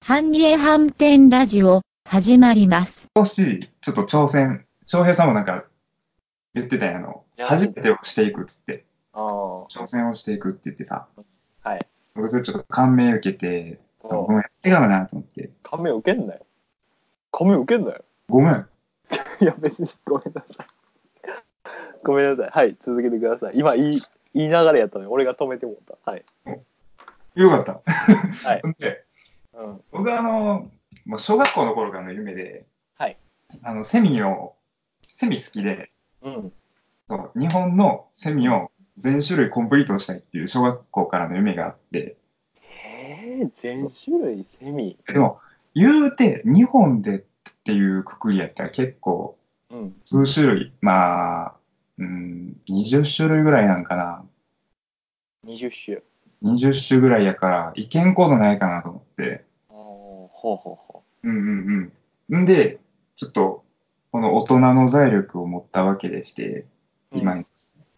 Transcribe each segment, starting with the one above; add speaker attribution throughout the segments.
Speaker 1: ハンニエハンテンラジオ、始まります。
Speaker 2: 少し、ちょっと挑戦、翔平さんもなんか言ってたやんあの、
Speaker 3: いや
Speaker 2: 初めてをしていくっつって、
Speaker 3: ああ、は
Speaker 2: 挑戦をしていくって言ってさ、
Speaker 3: い。
Speaker 2: 僕それちょっと感銘受けて、
Speaker 3: も
Speaker 2: ご
Speaker 3: う
Speaker 2: めん、やってからなと思って、
Speaker 3: 仮面受けんなよ。仮面受けんなよ。
Speaker 2: ごめん、
Speaker 3: いや、別にごめんなさい。 ごめんなさい。はい、続けてください。今、いい、いい流れやったのに、俺が止めてもうた。はい。
Speaker 2: よかった。
Speaker 3: はい。
Speaker 2: で、
Speaker 3: うん。
Speaker 2: 僕はあの、もう小学校の頃からの夢で、
Speaker 3: はい。
Speaker 2: あの、セミを、セミ好きで、
Speaker 3: うん。
Speaker 2: そう、日本のセミを全種類コンプリートしたいっていう小学校からの夢があって、
Speaker 3: えー、全種類セミ。
Speaker 2: でも、言うて、日本でっていうくくりやったら結構、
Speaker 3: うん。
Speaker 2: 数種類、まあ、うん、20種類ぐらいなんかな。
Speaker 3: 20種。
Speaker 2: 20種ぐらいやから、いけんことないかなと思って。
Speaker 3: ああ、ほうほうほ
Speaker 2: うんうんうん。んで、ちょっと、この大人の財力を持ったわけでして、
Speaker 3: う。
Speaker 2: 今に。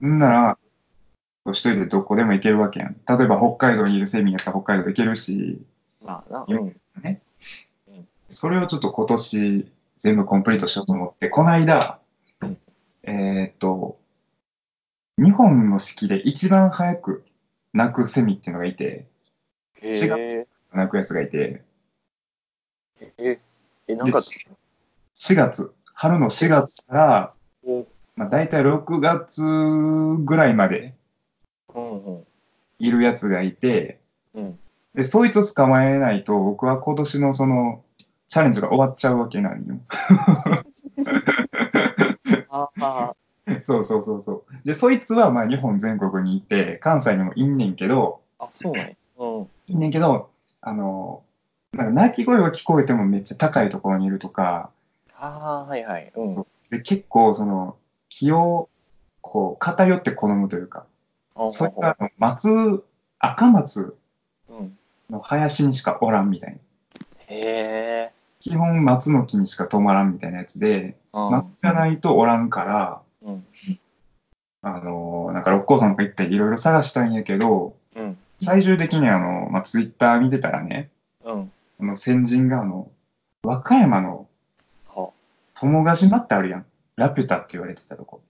Speaker 2: んなら、一人でどこでも行けるわけやん。例えば北海道にいるセミやったら北海道行けるし、
Speaker 3: まあな。うん。
Speaker 2: それをちょっと今年全部コンプリートしようと思って、この間
Speaker 3: うん、
Speaker 2: えーっと、日本の式で一番早く泣くセミっていうのがいて、
Speaker 3: へ
Speaker 2: 四
Speaker 3: え
Speaker 2: 月。泣くやつがいて、
Speaker 3: え、え、なんか、
Speaker 2: 4月、春の4月から、
Speaker 3: お
Speaker 2: まあ、大体6月ぐらいまで
Speaker 3: うんうん。
Speaker 2: いるやつがいて、
Speaker 3: うん。
Speaker 2: で、そいつ捕まえないと、僕は今年のその、チャレンジが終わっちゃうわけなんよ。
Speaker 3: ああ、
Speaker 2: そうそうそうそう。で、そいつはまあ日本全国にいて、関西にもいんねんけど、
Speaker 3: あ、そうなんや。うん。
Speaker 2: いいねんけど、あの、なんか泣き声は聞こえてもめっちゃ高いところにいるとか、
Speaker 3: ああー、はいはい。うん。
Speaker 2: で結構その気をこう偏って好むというか、
Speaker 3: あ
Speaker 2: そういったあの松、赤松
Speaker 3: うん。
Speaker 2: の林にしかおらんみたいな。
Speaker 3: へえ。
Speaker 2: 基本松の木にしか止まらんみたいなやつで、
Speaker 3: うん
Speaker 2: 松じゃないとおらんから、
Speaker 3: うん。
Speaker 2: あの、なんか六甲山とか行っていろいろ探したんやけど、
Speaker 3: うん。
Speaker 2: 最終的にあの、まあ、ツイッター見てたらね、
Speaker 3: うん。
Speaker 2: あの先人があの、和歌山の
Speaker 3: は。
Speaker 2: 友ヶ島ってあるやん。ラピュタって言われてたとこ。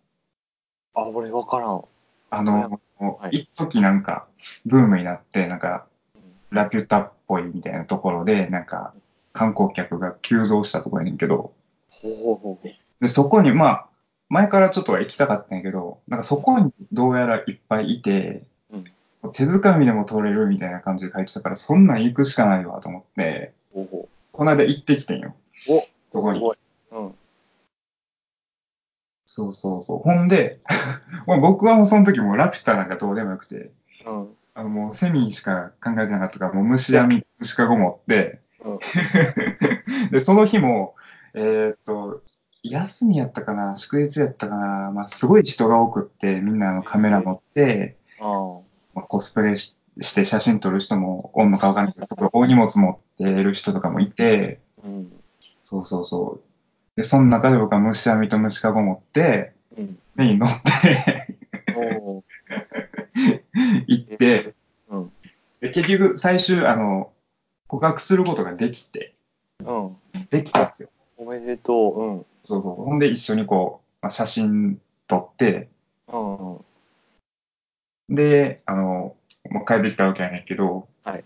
Speaker 3: あ、俺わからん。
Speaker 2: あの、
Speaker 3: はい
Speaker 2: 一時なんか、ブームになって、なんか
Speaker 3: うん、
Speaker 2: ラピュタっぽいみたいなところで、なんか、観光客が急増したところやねんけど、
Speaker 3: ほうほうほう。
Speaker 2: で、そこに、まあ、前からちょっとは行きたかったんやけど、なんかそこにどうやらいっぱいいて、手づかみでも取れるみたいな感じで書いてたから、そんなん行くしかないわと思って、
Speaker 3: ほうほ
Speaker 2: この間行ってきてんよ。
Speaker 3: お。
Speaker 2: そうこ
Speaker 3: す
Speaker 2: に。
Speaker 3: ごい。うん。
Speaker 2: そうそうそう。ほんで、 もう僕はもうその時もうラピュタなんかどうでもよくて、
Speaker 3: うん。
Speaker 2: あのもうセミしか考えてなかったから、もう虫網、虫かご持って、
Speaker 3: うん
Speaker 2: で、その日も、えーっと、休みやったかな、祝日やったかな、まあ、すごい人が多くって、みんなあのカメラ持って、
Speaker 3: あ
Speaker 2: まあ、コスプレしして写真撮る人もおんのかわかんないけど、すごい大荷物持ってる人とかもいて、
Speaker 3: あ。うん。
Speaker 2: そうそうそう。で、その中で僕は虫網と虫かご持って、
Speaker 3: うん。
Speaker 2: メイン乗って、
Speaker 3: おー
Speaker 2: 行って、
Speaker 3: うん。
Speaker 2: で結局最終、あの、告白することができて、
Speaker 3: うん。
Speaker 2: できたんですよ。
Speaker 3: おめでとう。うん。
Speaker 2: そうそう。ほんで一緒にこう、まあ、写真撮って、
Speaker 3: うん。
Speaker 2: で、あの、もう帰ってきたわけやねんけど、
Speaker 3: はい。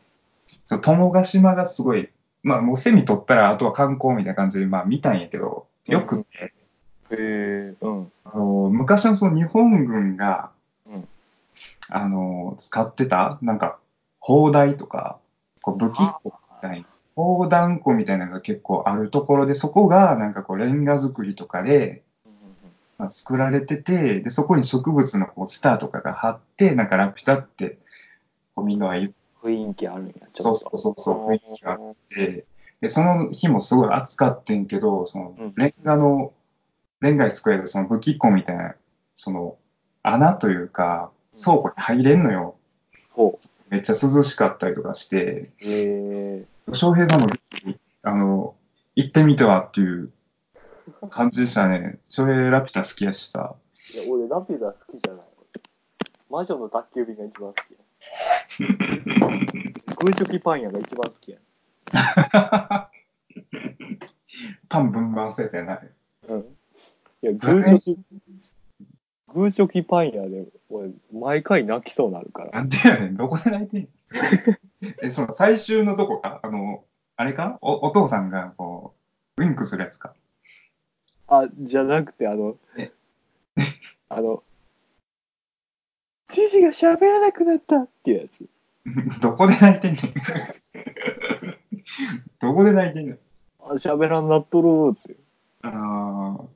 Speaker 2: そう、友ヶ島がすごい、まあもうセミ撮ったら、あとは観光みたいな感じで、まあ見たんやけど、よくて、
Speaker 3: へえ。うん。
Speaker 2: あの昔のその日本軍が、
Speaker 3: うん
Speaker 2: あの、使ってた、なんか、砲台とか、こう武器庫みたいな、砲弾庫みたいなのが結構あるところで、そこがなんかこうレンガ作りとかで、まあ、作られてて、で、そこに植物のこうスターとかが貼って、なんかラピュタって、こうみんなが言っ
Speaker 3: 雰囲気あるんや。
Speaker 2: そうそうそうそう、雰囲気があって、で、その日もすごい暑かってんけど、その
Speaker 3: うん
Speaker 2: レンガの、レンガで作られたその武器庫みたいな、その穴というか、倉庫に入れんのよ。
Speaker 3: ほう。
Speaker 2: めっちゃ涼しかったりとかして、
Speaker 3: へえ。
Speaker 2: 翔平さんもぜひ、あの、行ってみてはっていう感じでしたね。翔平ラピュタ好きやしさ。
Speaker 3: いや、俺、ラピュタ好きじゃない。魔 女の宅急便が一番好きや。グーチョキパン屋が一番好きや。
Speaker 2: パンぶん回すやつやな。
Speaker 3: うん。いや、偶食、偶食パン屋で、俺、毎回泣きそうなるから。
Speaker 2: なんでやねん、どこで泣いてんのえ、その最終のどこかあの、あれかおお父さんがこう、ウィンクするやつか。
Speaker 3: あ、じゃなくて、あの
Speaker 2: え、
Speaker 3: あの、知事が喋らなくなったっていうやつ。
Speaker 2: どこで泣いてんねん。 どこで泣いてんねん。
Speaker 3: あ、喋らんなっとるーって。
Speaker 2: あの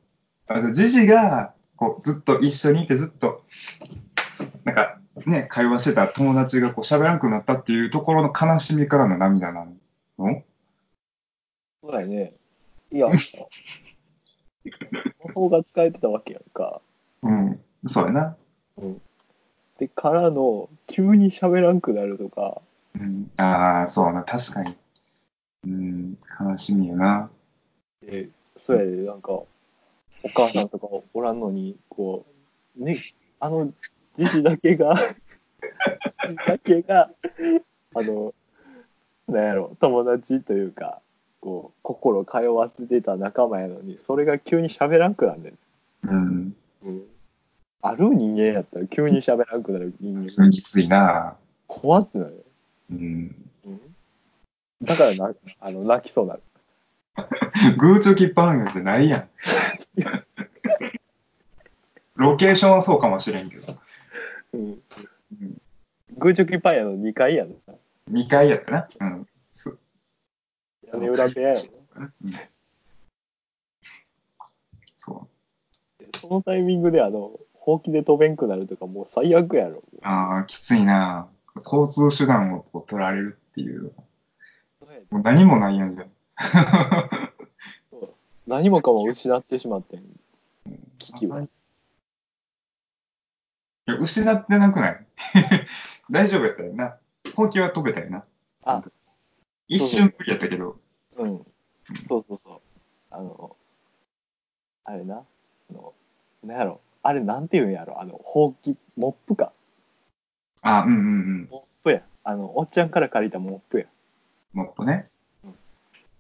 Speaker 2: ーあ、そうジジが、こう、ずっと一緒にいて、ずっと、なんか、ね、会話してた友達がこう喋らなくなったっていうところの悲しみからの涙なの
Speaker 3: そうだよね。いや、魔法が使えてたわけやんか。
Speaker 2: うん、そうやな。
Speaker 3: で、からの、急に喋らんくなるとか、
Speaker 2: うん、ああ、そうな、確かに。うん、悲しみよな。
Speaker 3: で、そうやで、なんか、お母さんとかおらんのに、こう、ね、あの、じじだけが、じじだけが、あの、なんやろ、友達というか、こう、心通わせてた仲間やのに、それが急に喋らんくなんねん。
Speaker 2: うん、
Speaker 3: ある人間やったら急に喋らんくなる人
Speaker 2: それ
Speaker 3: 間
Speaker 2: きついな。
Speaker 3: 怖ってなる、
Speaker 2: うん。
Speaker 3: だからなあの泣きそうなる
Speaker 2: グーチョキパンなんてないやん。ロケーションはそうかもしれんけど。
Speaker 3: うんグーチョキパン屋の2階やな
Speaker 2: 2階やったな。うん。そう
Speaker 3: 屋根裏部屋やな
Speaker 2: うんそ
Speaker 3: そのタイミングであのほうきで飛べんくなるとかもう最悪やろ
Speaker 2: う。ああ、きついな。交通手段をこう取られるっていう。もう何もないやん じゃん。
Speaker 3: 何もかも失ってしまってん危機はい
Speaker 2: や、失ってなくない 大丈夫やったよな。ほうきは飛べたよな。
Speaker 3: あ、
Speaker 2: 一瞬無理やったけど。
Speaker 3: うんそうそうそうあのあれなあのなんやろあれなんていうんやろあのほうきモップか
Speaker 2: あ、うんうんうん。
Speaker 3: モップやあのおっちゃんから借りたモップや
Speaker 2: もっとね。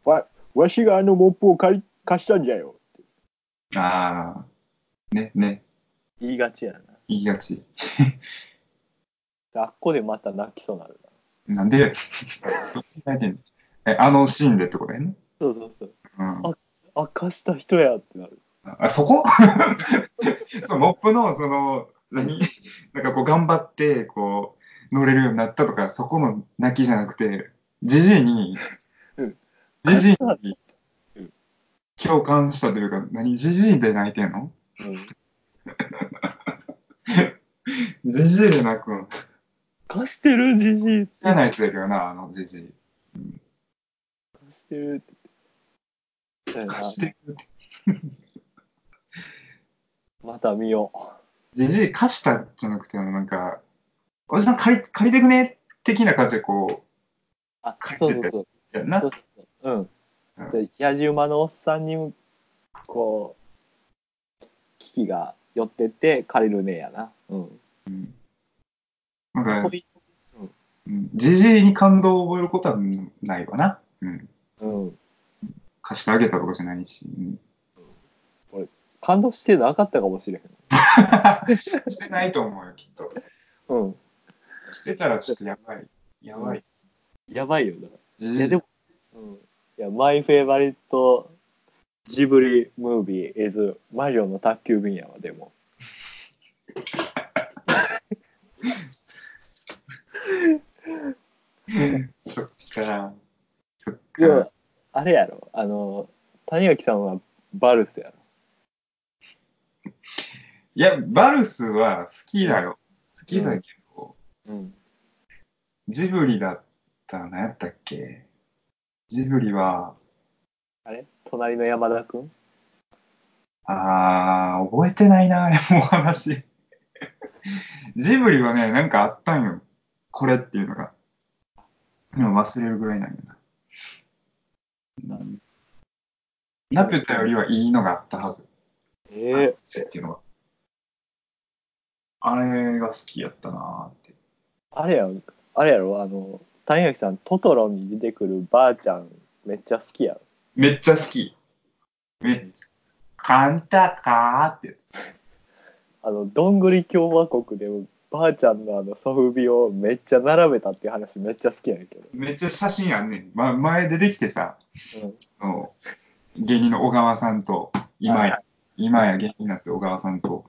Speaker 3: わわしがあのモップを借り貸したんじゃよ
Speaker 2: ああ。ね、ね。
Speaker 3: 言いがちやな
Speaker 2: 言いがち。
Speaker 3: であっこでまた泣きそうなるな
Speaker 2: なんで え、あのシーンでってことやね。
Speaker 3: そうそうそう
Speaker 2: うん。
Speaker 3: あ貸した人やってなる
Speaker 2: あ、そこ そうモップの、その、何なんかこう頑張って、こう、乗れるようになったとか、そこの泣きじゃなくて、じじいに
Speaker 3: うん、
Speaker 2: じじいに
Speaker 3: うん
Speaker 2: 共感したというか、何じじいで泣いてんの
Speaker 3: うん
Speaker 2: じじいで泣くん。
Speaker 3: 貸してるじじい
Speaker 2: 嫌なやつやけどな、あのじじい。
Speaker 3: 貸してるってそうやな
Speaker 2: 貸してくれて。
Speaker 3: また見よう
Speaker 2: じじい貸したじゃなくて、あのなんか、おじさん借り借りてくね的な感じでこ
Speaker 3: あ
Speaker 2: 借
Speaker 3: そう
Speaker 2: り
Speaker 3: そう
Speaker 2: てたう、
Speaker 3: そう
Speaker 2: やんな
Speaker 3: そう。そう
Speaker 2: う
Speaker 3: うんでやじ馬のおっさんにこう危機が寄ってって借りるねやなうん
Speaker 2: うんなんか、
Speaker 3: こい
Speaker 2: じじいに感動を覚えることはないわな。うん。
Speaker 3: うん
Speaker 2: 貸してあげたとかじゃないし。うん、
Speaker 3: 感動してなかったかもしれへん
Speaker 2: してないと思うよ、きっと。
Speaker 3: うん
Speaker 2: してたらちょっとやばい。やばい。
Speaker 3: やばいよな
Speaker 2: じ
Speaker 3: い
Speaker 2: じ
Speaker 3: や、
Speaker 2: い
Speaker 3: でも、うん。いや、マイフェイバリットジブリムービー is 魔女の宅急便やわ、でも。
Speaker 2: そっか。そっ
Speaker 3: いや
Speaker 2: か。、
Speaker 3: あれやろ、あの、谷垣さんはバルスやろ。
Speaker 2: いや、バルスは好きだよ。好きだけど、
Speaker 3: うん。
Speaker 2: ジブリだったら何やったっけジブリは、
Speaker 3: あれ隣の山田くん
Speaker 2: あー、覚えてないな、 もう話。ジブリはね、なんかあったんよ。これっていうのが。でも忘れるぐらいなんよな。うんナペタよりはいいのがあったはず。
Speaker 3: え
Speaker 2: えっていうのが。あれが好きやったなーって。
Speaker 3: あれやん、あれやろ、あの、谷垣さん、トトロに出てくるばあちゃん、めっちゃ好きやん。
Speaker 2: めっちゃ好き。めっちゃ。カンタカーってやつ。
Speaker 3: あの、どんぐり共和国でも、ばあちゃんのあの、ソフビをめっちゃ並べたっていう話めっちゃ好きやねんけど。
Speaker 2: めっちゃ写真あんねん。ま、前出てきてさ、
Speaker 3: うん
Speaker 2: その芸人の小川さんと、今や、今や芸人になって小川さんと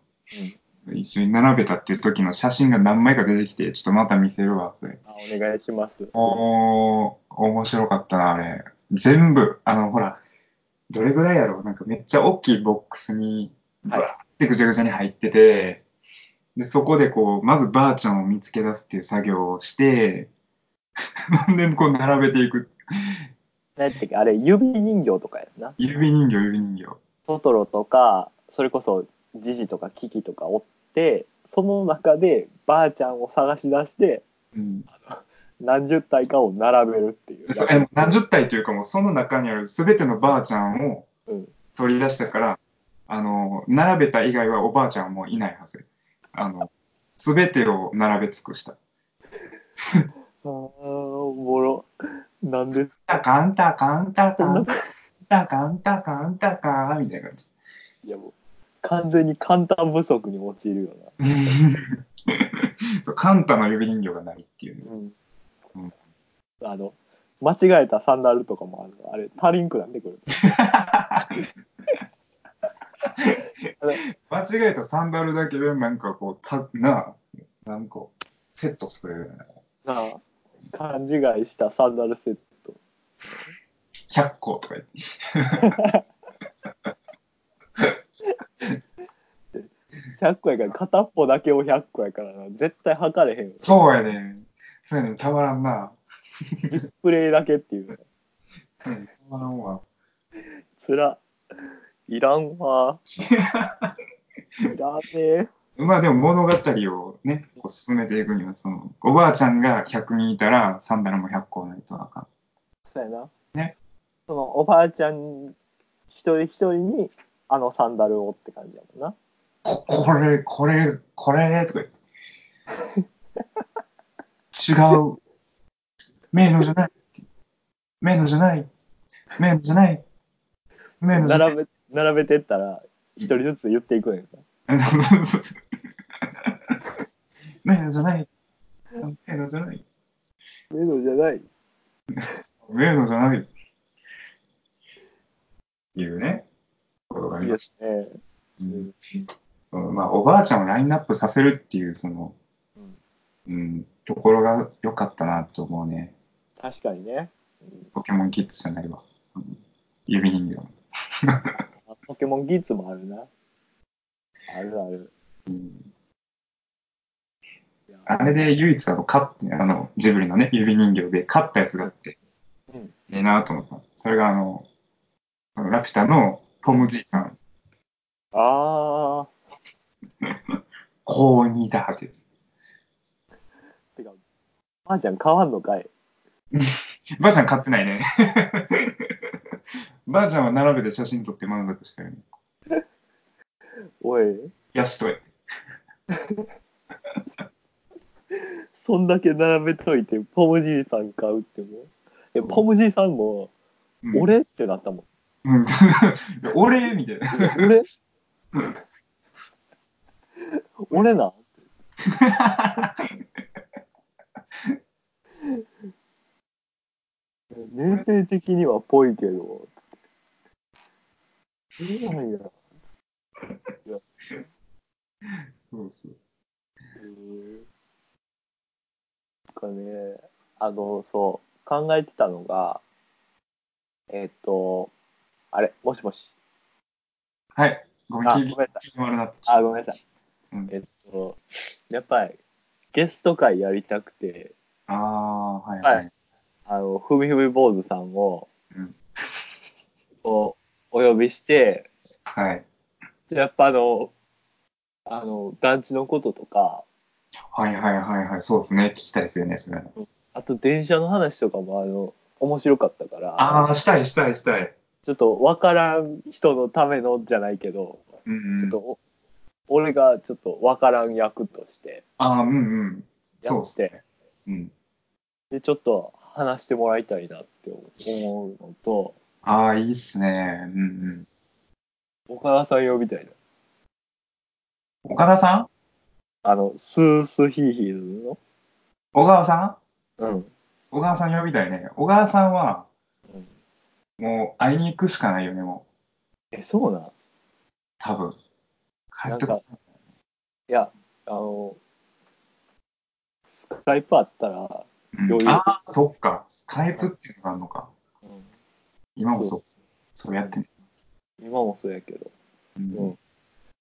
Speaker 2: 一緒に並べたっていう時の写真が何枚か出てきて、ちょっとまた見せるわ、それ。
Speaker 3: あお願いします。
Speaker 2: おー、面白かったな、あれ。全部、あの、ほら、どれぐらいやろうなんかめっちゃ大きいボックスに、バ
Speaker 3: はい
Speaker 2: ーってぐちゃぐちゃに入ってて、で、そこでこう、まずばあちゃんを見つけ出すっていう作業をして、 で、こう並べていく。
Speaker 3: 何やったっけあれ、指人形とかやんな。
Speaker 2: 指人形、指人形。
Speaker 3: トトロとか、それこそ、ジジとかキキとかおって、その中で、ばあちゃんを探し出して、
Speaker 2: うん。
Speaker 3: 何十体かを並べるっていう。
Speaker 2: そうえ何十体というかもう、その中にある全てのばあちゃんを
Speaker 3: うん
Speaker 2: 取り出したから、あの、並べた以外はおばあちゃんはもういないはず。あの、全てを並べ尽くした。
Speaker 3: あーおもろ。なんで、
Speaker 2: タカンタカンタカンタカンタカンタカンみたいな感じ。
Speaker 3: いやもう、完全に簡単不足に陥るよ
Speaker 2: そうカンタの指人形がないっていうね、
Speaker 3: な。うん。
Speaker 2: うん
Speaker 3: あの、間違えたサンダルとかもあるのあれ、足りんくなってくる。
Speaker 2: 間違えたサンダルだけでなんかこうたなあなんかセットするような
Speaker 3: なあ、勘違いしたサンダルセット。
Speaker 2: 100個とか言って
Speaker 3: 100個やから、片っぽだけを100個やからな。絶対測れへんよ。
Speaker 2: そうやねんそうやねんたまらんな
Speaker 3: ディスプレイだけっていうの。
Speaker 2: うんたまらんわ
Speaker 3: つら。いらんわ。いらねえ。
Speaker 2: まあでも物語をねこう進めていくにはそのおばあちゃんが100人いたらサンダルも100個ないとあかん
Speaker 3: そうやな。
Speaker 2: ね。
Speaker 3: そのおばあちゃん一人一人にあのサンダルをって感じやもんな。
Speaker 2: ここれ、これ、これ、とか言って。違う。迷路じゃない。迷路じゃない。迷路じゃない。迷路じゃない。
Speaker 3: 並べ並べてったら一人ずつ言っていくんやんか。
Speaker 2: 迷路じゃない。迷路じゃない。
Speaker 3: メロじゃない。
Speaker 2: 迷路じゃない。いうね。ことがありま
Speaker 3: よ
Speaker 2: し
Speaker 3: しね。
Speaker 2: た。うんそのまあ、おばあちゃんをラインナップさせるっていう、その、うん、ところが良かったなと思うね。
Speaker 3: 確かにね。
Speaker 2: ポケモンキッズじゃないわ。うん指人形。
Speaker 3: あポケモンギーツもあるな。あるある。
Speaker 2: うん
Speaker 3: いや
Speaker 2: あれで唯一あの、かあの、ジブリのね、指人形で勝ったやつがあって、
Speaker 3: うん
Speaker 2: いいなと思った。それがあの、あのラピュタのポムじいさん、
Speaker 3: あ
Speaker 2: 高2だってやつ。
Speaker 3: ー。てか、ばあちゃん変わんのかい。
Speaker 2: ばあちゃん買ってないね。 ばあちゃんは並べて写真撮って満足したよね。
Speaker 3: おい、
Speaker 2: やしとえ。
Speaker 3: そんだけ並べといて、ポムじいさん買うってもう。え、ポムじいさんも、
Speaker 2: うん、
Speaker 3: 俺ってなったもん。
Speaker 2: うん 俺みたいな。
Speaker 3: 俺俺な年齢的にはぽいけど。そうなんや。
Speaker 2: そうそう
Speaker 3: うんなんかね、あの、そう、考えてたのが、えっ、と、あれ、もしもし。
Speaker 2: はい。ごめん、
Speaker 3: あ、ご
Speaker 2: 聞
Speaker 3: めん
Speaker 2: い
Speaker 3: な
Speaker 2: て悪なっ
Speaker 3: さい。
Speaker 2: てきた
Speaker 3: あ、ごめんなさい。
Speaker 2: うん
Speaker 3: えっと、やっぱり、ゲスト会やりたくて、
Speaker 2: ああ、はいはい。
Speaker 3: はいあの、ふみふみ坊主さんを、
Speaker 2: うん
Speaker 3: をお呼びして、
Speaker 2: はい。
Speaker 3: やっぱあの、あの、団地のこととか、
Speaker 2: はいはいはいはい。そうですね。聞きたいですよね、それ。
Speaker 3: あと電車の話とかも、あの、面白かったから、
Speaker 2: ああ、したいしたいしたい。
Speaker 3: ちょっと分からん人のためのじゃないけど、
Speaker 2: うん、
Speaker 3: ち
Speaker 2: う
Speaker 3: ょっ
Speaker 2: ん
Speaker 3: と。お、俺がちょっと分からん役として
Speaker 2: ああ、うんうん。
Speaker 3: や
Speaker 2: そう
Speaker 3: っ
Speaker 2: っす
Speaker 3: て、
Speaker 2: ね。うん。
Speaker 3: で、ちょっと話してもらいたいなって思うのと、
Speaker 2: ああ、いいっすね。うんうん。
Speaker 3: 岡田さん呼びたいな。
Speaker 2: 岡田さん
Speaker 3: あの、スースヒーヒーズの。
Speaker 2: 小川さん
Speaker 3: うん。
Speaker 2: 小川さん呼びたいね。小川さんは
Speaker 3: うん、
Speaker 2: もう会いに行くしかないよね、もう。
Speaker 3: え、そうなん
Speaker 2: 多分。帰
Speaker 3: な
Speaker 2: っ
Speaker 3: ん
Speaker 2: て
Speaker 3: か
Speaker 2: こ、
Speaker 3: いや、あの、スカイプあったら、
Speaker 2: うん
Speaker 3: 余裕
Speaker 2: ああ、そっか。スカイプっていうのがあるのか。
Speaker 3: うん
Speaker 2: 今もそう。そうやってね。
Speaker 3: 今もそうやけど、
Speaker 2: う
Speaker 3: うんん。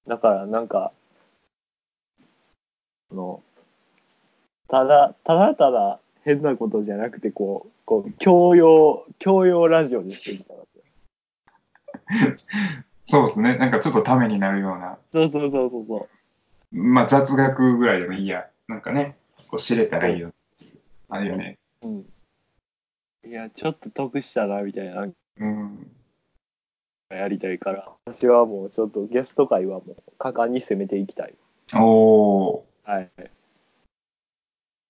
Speaker 3: だから、なんか、あの、ただ、ただただ変なことじゃなくて、こう、こう、教養、教養ラジオにしてみたら。
Speaker 2: そうですね。なんかちょっとためになるような。
Speaker 3: そうそうそうそうそう。
Speaker 2: まあ雑学ぐらいでもいいや。なんかね、こう知れたらいいよ。あるよね。
Speaker 3: うんいや、ちょっと得したな、みたいな、なん
Speaker 2: うん。
Speaker 3: かやりたいから。私はもう、ちょっとゲスト会はもう、果敢に攻めていきたい。
Speaker 2: おー。
Speaker 3: はい。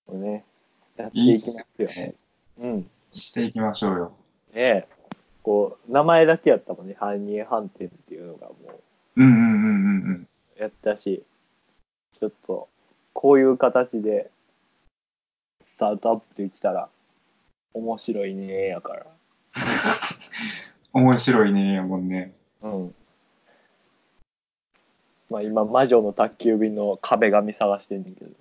Speaker 3: もうね、やって
Speaker 2: いい
Speaker 3: い
Speaker 2: っ
Speaker 3: きますすよ。
Speaker 2: ね。
Speaker 3: うん。
Speaker 2: していきましょうよ。
Speaker 3: ねえ。こう、名前だけやったもんね、犯人判定っていうのがも
Speaker 2: うんうんうんうん
Speaker 3: う、やったし、ちょっと、こういう形で、スタートアップできたら、面白いね、やから。
Speaker 2: うん。面白いね、もんね。
Speaker 3: うん。まあ今、魔女の宅急便の壁紙探してんねんけど。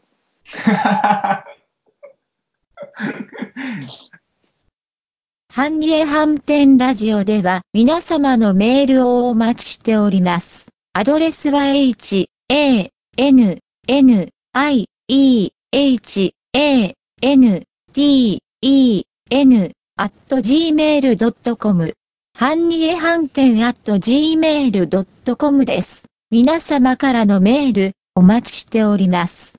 Speaker 1: ハンニエ飯店ラジオでは皆様のメールをお待ちしております。アドレスは h, a, n, n, i, e, h, a, n, t, e, n, gmail.com。ハンニエ飯店 at gmail.com です。皆様からのメールお待ちしております。